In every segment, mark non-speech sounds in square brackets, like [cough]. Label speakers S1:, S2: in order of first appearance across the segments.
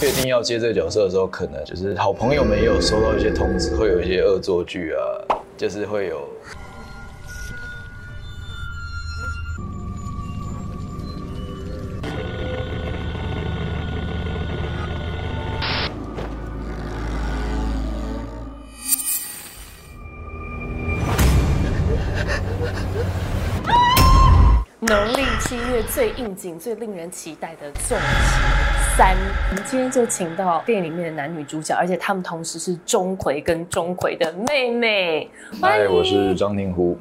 S1: 确定要接这个角色的时候，可能就是好朋友们也有收到一些通知，会有一些恶作剧啊，就是会有。
S2: 农历七月最应景、最令人期待的纵情三，我们今天就请到电影里面的男女主角，而且他们同时是钟馗跟钟馗的妹妹。欢
S1: 嗨，
S2: 迎
S1: 我是张庭湖。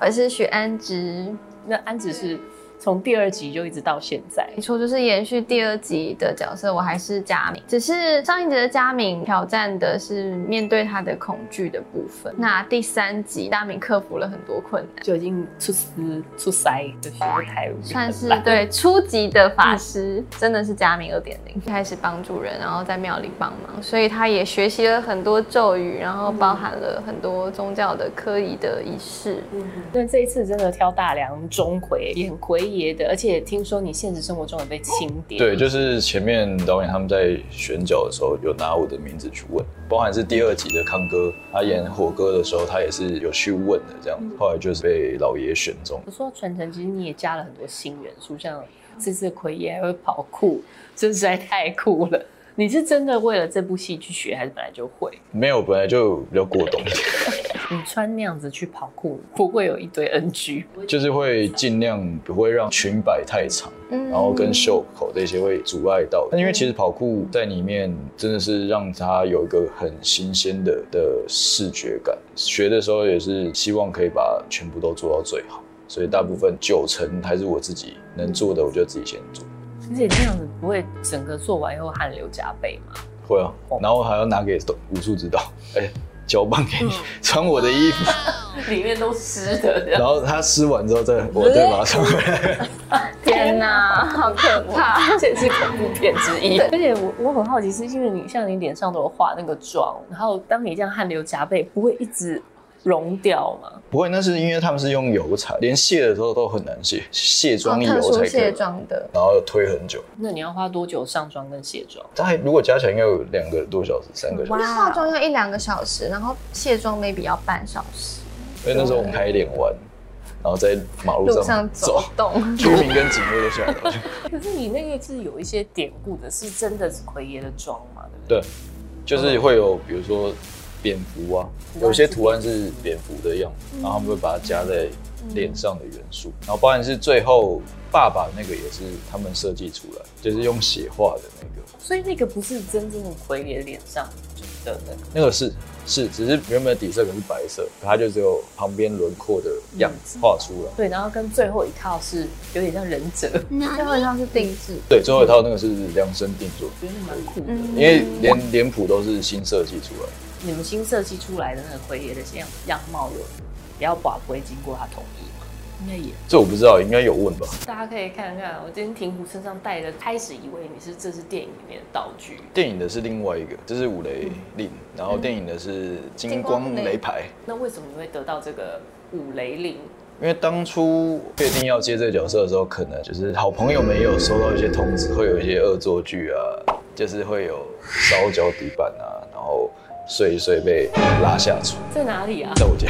S3: 我是许安植，
S2: 那安子是从第二集就一直到现在，
S3: 没错，就是延续第二集的角色，我还是佳敏，只是上一集的佳敏挑战的是面对她的恐惧的部分，那第三集佳敏克服了很多困难，
S2: 就已经出师出塞，就学台语
S3: 算
S2: 很
S3: 是
S2: 烂
S3: 对初级的法师，真的是佳敏二点零，开始帮助人，然后在庙里帮忙，所以她也学习了很多咒语，然后包含了很多宗教的科仪的仪式，
S2: 那这一次真的挑大梁钟馗演奎爷的，而且听说你现实生活中有被钦点，
S1: 对，就是前面导演他们在选角的时候有拿我的名字去问，包含是第二集的康哥，他演火哥的时候，他也是有去问的这样。
S2: 嗯
S1: 后来就是被老爷选中。
S2: 我说传承，其实你也加了很多新元素，像这次奎爷还会跑酷，这实在太酷了。你是真的为了这部戏去学，还是本来就会？
S1: 没有，本来就比较过冬，
S2: 你穿那样子去跑酷，不会有一堆 NG？
S1: 就是会尽量不会让裙摆太长。
S3: 嗯
S1: 然后跟袖口这些会阻碍到。那因为其实跑酷在里面真的是让他有一个很新鲜的的视觉感，学的时候也是希望可以把全部都做到最好，所以大部分九成还是我自己能做的，我就自己先做。
S2: 而且这样子不会整个做完以后汗流浃背吗？
S1: 会啊，
S3: 哦
S1: 然后还要拿给武术指导，哎，交棒给你， [laughs] 穿我的衣服，
S2: [laughs] 里面都湿的，这
S1: 然
S2: 样
S1: 后他湿完之后再我再把它穿
S3: [laughs]
S1: 回来。 [laughs]
S3: 天哪，好可怕。
S2: 这也是恐怖片之一。而且我我很好奇，是因为你像你脸上都有画那个妆，然后当你这样汗流浃背，不会一直溶掉吗？
S1: 不会，那是因为他们是用油彩，连卸的时候都很难卸，卸妆
S3: 哦特
S1: 油
S3: 殊
S1: 才可
S3: 卸
S1: 以，
S3: 妆的，
S1: 然后要推很久。
S2: 那你要花多久上妆跟卸妆？
S1: 大概如果加起来应该有两个多小时、三个小时，
S3: 化妆要一两个小时，然后卸妆 maybe 要半小时，
S1: 因为那时候我们开一点玩，然后在马路
S3: 路
S1: 上
S3: 上走
S1: 走，
S3: 动。
S1: 居民跟警卫都下来了。
S2: 可是你那个是有一些典故的，是真的是奎爷的妆嘛？对不对？
S1: 对，就是会有比如说蝙蝠啊，
S3: 嗯
S1: 有些图案是蝙蝠的样子，然后他们会把它加在
S3: 嗯
S1: 脸上的元素，然后包含是最后爸爸那个也是他们设计出来，就是用血画的那个，
S2: 所以那个不是真正的奎爷脸上的那个。
S1: 那个是是只是原本的底色可是白色，可它就只有旁边轮廓的样
S3: 嗯
S1: 子画出来。
S2: 对，然后跟最后一套是有点像忍者， [laughs]
S3: 最后一套是定制，
S1: 对，最后一套那个是量身定做的。
S2: 觉得蛮酷的。
S3: 嗯
S1: 因为连脸谱都是新设计出来，
S2: 你们新设计出来的那个奎爷的样样貌有，也要把不会经过他同意吗？应该也。
S1: 这我不知道，应该有问吧？
S2: 大家可以看看，我今天婷湖身上带的，开始以为你是这是电影里面的道具，
S1: 电影的是另外一个，这是五雷令，然后电影的是金光雷牌。
S2: 那为什么你会得到这个五雷令？
S1: 因为当初确定要接这个角色的时候，可能就是好朋友们也有收到一些通知，会有一些恶作剧啊，就是会有烧脚底板啊，然后睡一睡被拉下床，
S2: 在哪里啊？
S1: 在我家。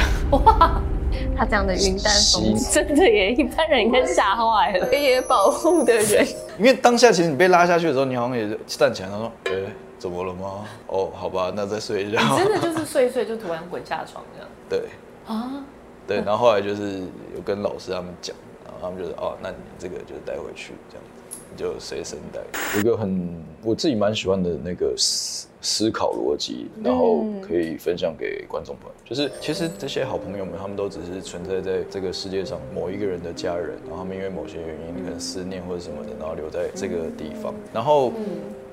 S3: 他这样的云淡风轻，
S2: [laughs] 真的耶，一般人应该吓坏了。
S3: 也保护的人，
S1: [laughs] 因为当下其实你被拉下去的时候，你好像也站起来，然后说：“哎、怎么了吗？哦，好吧，那再睡一觉。
S2: 真的就是睡一睡就突然滚下床这样”
S1: 对。
S2: 啊？
S1: 对，然后后来就是有跟老师他们讲，然后他们就是哦，那你这个就带回去这样子，你就随身带。有一个很我自己蛮喜欢的那个思思考逻辑，然后可以分享给观众朋友。就是其实这些好朋友们，他们都只是存在在这个世界上某一个人的家人，然后他们因为某些原因，可能思念或者什么的，然后留在这个地方，然后。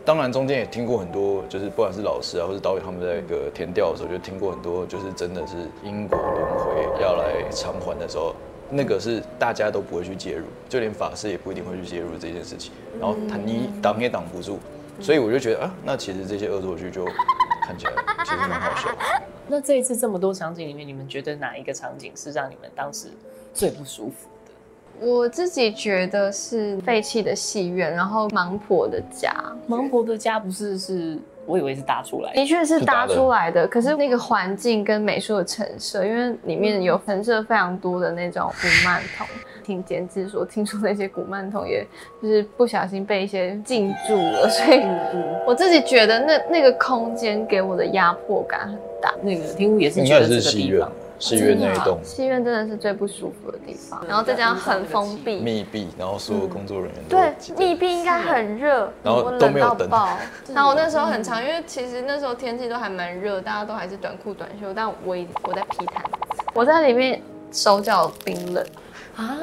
S1: 当然，中间也听过很多，就是不管是老师啊，或是导演他们在一个填调的时候，就听过很多，就是真的是因果轮回要来偿还的时候，那个是大家都不会去介入，就连法师也不一定会去介入这件事情。然后他你挡也挡不住，所以我就觉得啊，那其实这些恶作剧就看起来其实蛮好笑的。
S2: 那这一次这么多场景里面，你们觉得哪一个场景是让你们当时最不舒服的？
S3: 我自己觉得是废弃的戏院，然后盲婆的家，
S2: 盲婆的家不是是，我以为是搭出来的，
S3: 的确是
S1: 是搭
S3: 搭
S1: 的
S3: 出来的。可是那个环境跟美术的陈设，因为里面有陈设非常多的那种古曼童。听监制说，听说那些古曼童也就是不小心被一些禁住了，所以
S2: 嗯，
S3: 我自己觉得那那个空间给我的压迫感很大。
S2: 那个听屋也是
S1: 应
S2: 觉
S1: 该
S2: 得
S1: 也
S2: 这
S1: 是
S2: 个
S1: 戏
S2: 地
S1: 院
S2: 方，，
S1: 戏院那一栋
S3: 戏院真的是最不舒服的地方，然后再加上很封闭，
S1: 密闭，然后所有工作人员都
S3: 对，
S1: 挤在
S3: 密闭应该很热，
S1: 然后
S3: 我
S1: 都没有
S3: 冷到
S1: 灯
S3: 爆。然后我那时候很长，因为其实那时候天气都还蛮热，大家都还是短裤短袖，但我已我在皮毯，我在里面手脚冰冷，
S2: 啊。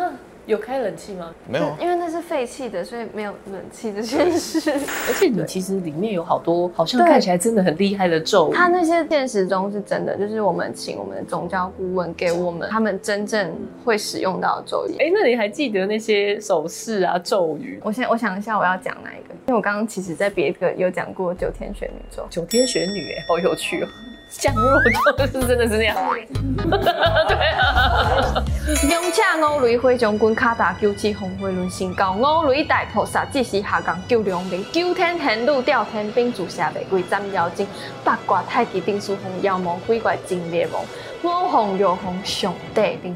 S2: 有开冷气吗？
S1: 没有啊，
S3: 因为那是废弃的，所以没有冷气这件
S1: [laughs]
S3: 事。
S2: 而且你其实里面有好多好像
S3: 对
S2: 看起来真的很厉害的咒语，
S3: 他那些现实中是真的，就是我们请我们的宗教顾问给我们他们真正会使用到的咒语。
S2: 哎、那你还记得那些手势啊、咒语？
S3: 我先我想一下我要讲哪一个，因为我刚刚其实在别个有讲过九天玄女咒，
S2: 九天玄女、哎，好有趣哦！降落就是真的是那样，
S3: 勇者五雷火将军卡达九起红火轮神教五雷大菩萨只是下降九龙明九天玄女吊天兵主下玫瑰斩妖精八卦太极定书红妖魔鬼怪真灭亡五红六红上帝兵，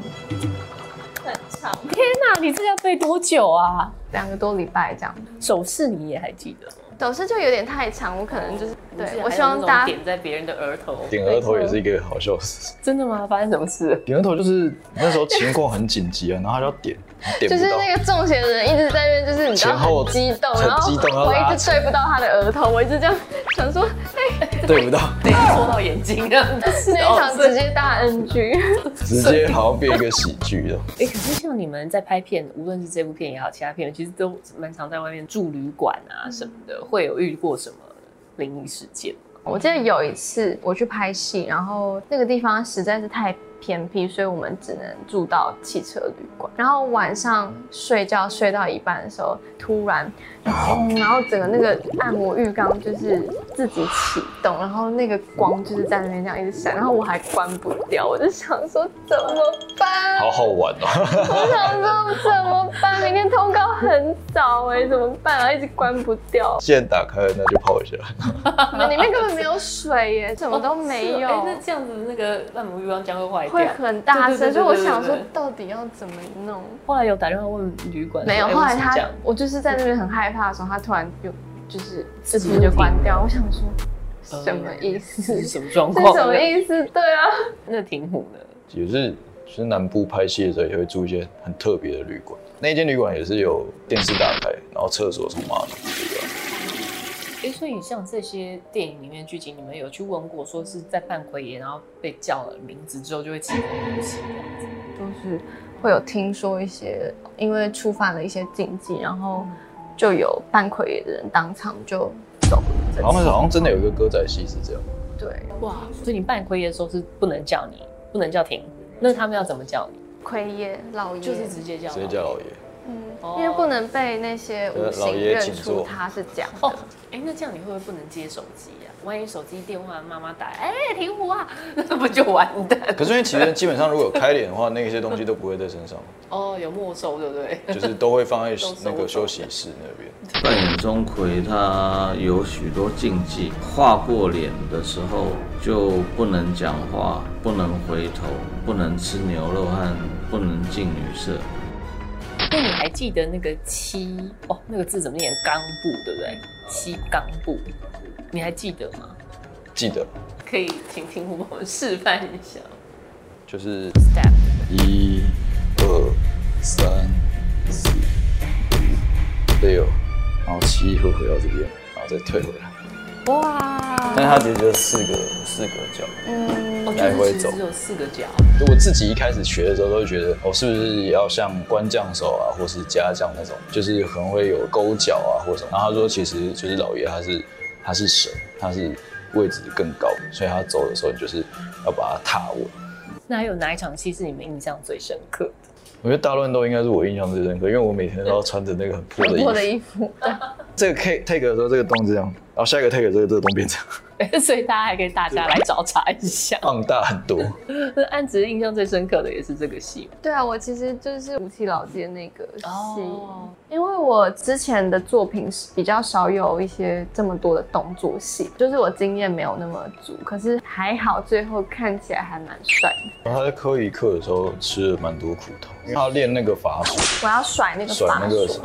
S3: 很长，
S2: 那你这要背多久啊？
S3: 两个多礼拜这样。
S2: 手势你也还记得？
S3: 手势就有点太长，我可能就是对
S2: 还
S3: 我
S2: 有
S3: 希望
S2: 那种
S3: 大家
S2: 点在别人的额头，
S1: 点额头也是一个好笑死。
S2: 真的吗？发生什么事？
S1: 点额头就是 [laughs] 那时候情况很紧急啊，然后他就要点，点
S3: 就是
S1: 不到。
S3: 那个中邪的人一直在那边，就是你知道
S1: 前后
S3: 很激动，
S1: 很
S3: 然后
S1: 激动啊然后
S3: 我
S1: 拉
S3: 一直对不到他的额头，我一直这样
S1: [laughs]
S3: 想说，
S1: 对不到，
S2: 等一下戳到眼睛 [laughs] 了。
S3: 那
S1: 哦
S3: 一场直接大 NG。
S1: 直接好像变一个喜剧了。
S2: 哎、可是像你们在拍片，无论是这部片也好，其他片，其实都蛮常在外面住旅馆啊什么的，会有遇过什么灵异事件？
S3: 我记得有一次我去拍戏，然后那个地方实在是太偏僻，所以我们只能住到汽车旅馆。然后晚上睡觉睡到一半的时候，突然，嗯然后整个那个按摩浴缸就是自己启动，然后那个光就是在那边这样一直闪，然后我还关不掉，我就想说怎么办？
S1: 好好玩哦！ [laughs]
S3: 我想说怎么办？明天通告很早 [laughs] 哎、怎么办啊？一直关不掉，
S1: 现在打开了，那就泡一下。
S3: 里面根本没有水耶、什么都没有。
S2: 哎、那这样子那个按摩浴缸将会坏
S3: 会
S2: 掉。
S3: 很大
S2: 对对对
S3: 声，所以我想
S2: 对
S3: 说
S2: 对对
S3: 到底要怎么弄？
S2: 后来有打电话问旅馆说，
S3: 没有，
S2: 哎
S3: 后来
S2: 为什么
S3: 他
S2: 这样，
S3: 我就是在那边很害怕的时候，他突然就就是
S2: 自
S3: 自
S2: 己
S3: 己就关掉，我想说
S2: 呃
S3: 什么意思？
S2: 这是
S3: 是
S2: 什么状况？
S3: 什么意思？对啊，
S2: 那挺虎呢？
S1: 也是，就是南部拍戏的时候也会住一些很特别的旅馆。那一间旅馆也是有电视打开，然后厕所从马桶这个。
S2: 哎，所以像这些电影里面剧情，你们有去问过，说是在扮奎爷，然后被叫了名字之后就会起个东西这样子？
S3: 就是会有听说一些，因为触犯了一些禁忌，然后就有扮傀儡的人当场就走了。
S1: 然后那时候好像真的有一个歌仔戏是这样，
S3: 对，
S2: 哇！所以你扮奎爷的时候是不能叫你，不能叫停，那他们要怎么叫你？
S3: 奎爷老爷
S2: 就是直哦接叫，
S1: 直接叫老爷。
S3: 嗯，因为不能被那些无
S1: 老
S3: 形
S1: 爷
S3: 认
S1: 请
S3: 出
S1: 坐
S3: 他是假的
S2: 哦。，哎，那这样你会不会不能接手机呀、万一手机电话妈妈打来， [laughs] 哎，停虎啊，那不就完蛋？
S1: 可是因为其实基本上如果有开脸的话，那些东西都不会在身上，
S2: [laughs]
S1: [laughs]
S2: 哦，有没收对不对？
S1: 就是都会放在
S2: 都收
S1: 那个休息室那边。
S4: 扮演钟馗，他有许多禁忌，画过脸的时候就不能讲话，不能回头，不能吃牛肉和不能进女色。
S2: [laughs] 那你还记得那个七哦，那个字怎么念？冈部对不对？七冈部，你还记得吗？
S1: 记得
S2: 可以请听虎帮我们示范一下。
S1: 就是
S2: Step
S1: 一、二、三、四、五、六，然后七会回到这边，然后再退回来。
S3: 哇！
S1: 但它其实就四个四个角。
S3: 嗯
S2: 哦，
S1: 来回
S2: 就是其实
S1: 走
S2: 只有四个角，
S1: 我自己一开始学的时候，都会觉得我、哦、是不是也要像官将手啊，或是家将那种，就是可能会有勾脚啊或什么。然后他说，其实就是老爷他是他是神，他是位置更高，所以他走的时候，你就是要把它踏稳。
S2: 那还有哪一场戏是你们印象最深刻的？
S1: 我觉得大乱斗应该是我印象最深刻，因为我每天都要穿着那个很破的衣服
S3: 我
S1: [laughs]
S3: 的。衣服，
S1: 这个 take take 的时候，这个动是这样，然后下一个 take 这个这个东变成
S2: [laughs] 所以大家还可以大家来找茬一 [laughs] 下。
S1: 放大很多。
S2: 那案子印象最深刻的也是这个戏
S3: 对啊，我其实就是吴奇老街那个戏，
S2: 哦
S3: 因为我之前的作品是比较少有一些这么多的动作戏，就是我经验没有那么足，可是还好最后看起来还蛮帅的。
S1: 然后他在科一课的时候吃了蛮多苦头，因为他练那个法术，
S3: 我要甩那个
S1: 甩
S3: 法
S1: 那个
S3: 术，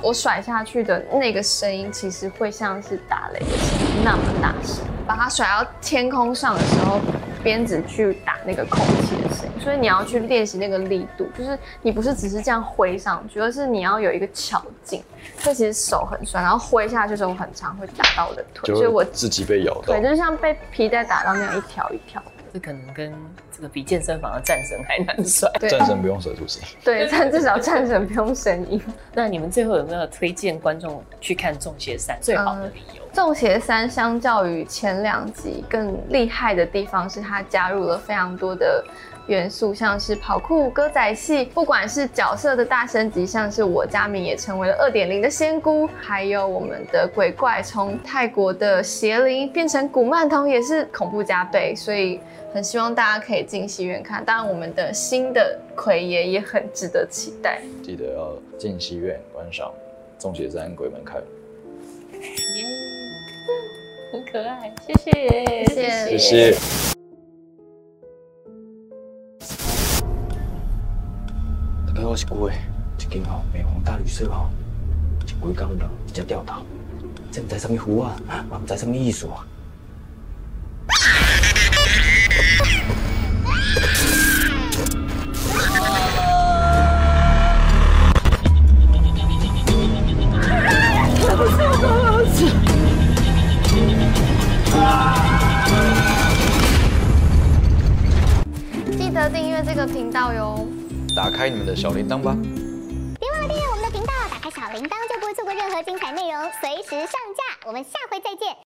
S3: 我甩下去的那个声音其实会像是打雷的声音那么大声，把它甩到天空上的时候，鞭子去打那个空气的声音。所以你要去练习那个力度，就是你不是只是这样挥上去，而是你要有一个巧劲。所以其实手很酸，然后挥下去的时候我很常会打到我的腿，
S1: 就
S3: 所以我
S1: 会自己被咬到
S3: 腿。就像被皮带打到那样一条一条。
S2: 这可能跟这个比健身房的战神还难 [laughs] 算。
S3: 对
S1: 战神不用甩出声，
S3: 对，但至少战神不用声 [laughs] 音。
S2: 那你们最后有没有推荐观众去看《中邪三》最好的理由？
S3: 《中邪三》相较于前两集更厉害的地方是，它加入了非常多的元素，像是跑酷、歌仔戏，不管是角色的大升级，像是我家明也成为了二点零的仙姑，还有我们的鬼怪从泰国的邪灵变成古曼童，也是恐怖加倍，所以。很希望大家可以进戏院看，当然我们的新的奎爷也很值得期待。
S1: [laughs] 记得要进戏院观赏《中邪三鬼门开》。
S2: 耶，很可爱，谢谢，
S3: 谢
S1: 谢谢。
S5: 大家好，我是郭的，一间吼美皇大旅社吼，前几工人直接掉头，这毋知什么符啊，嘛毋知什么意思啊。
S3: 记得订阅这个频道哟。
S1: 打开你们的小铃铛吧。
S6: 别忘了订阅我们的频道，打开小铃铛就不会错过任何精彩内容，随时上架。我们下回再见，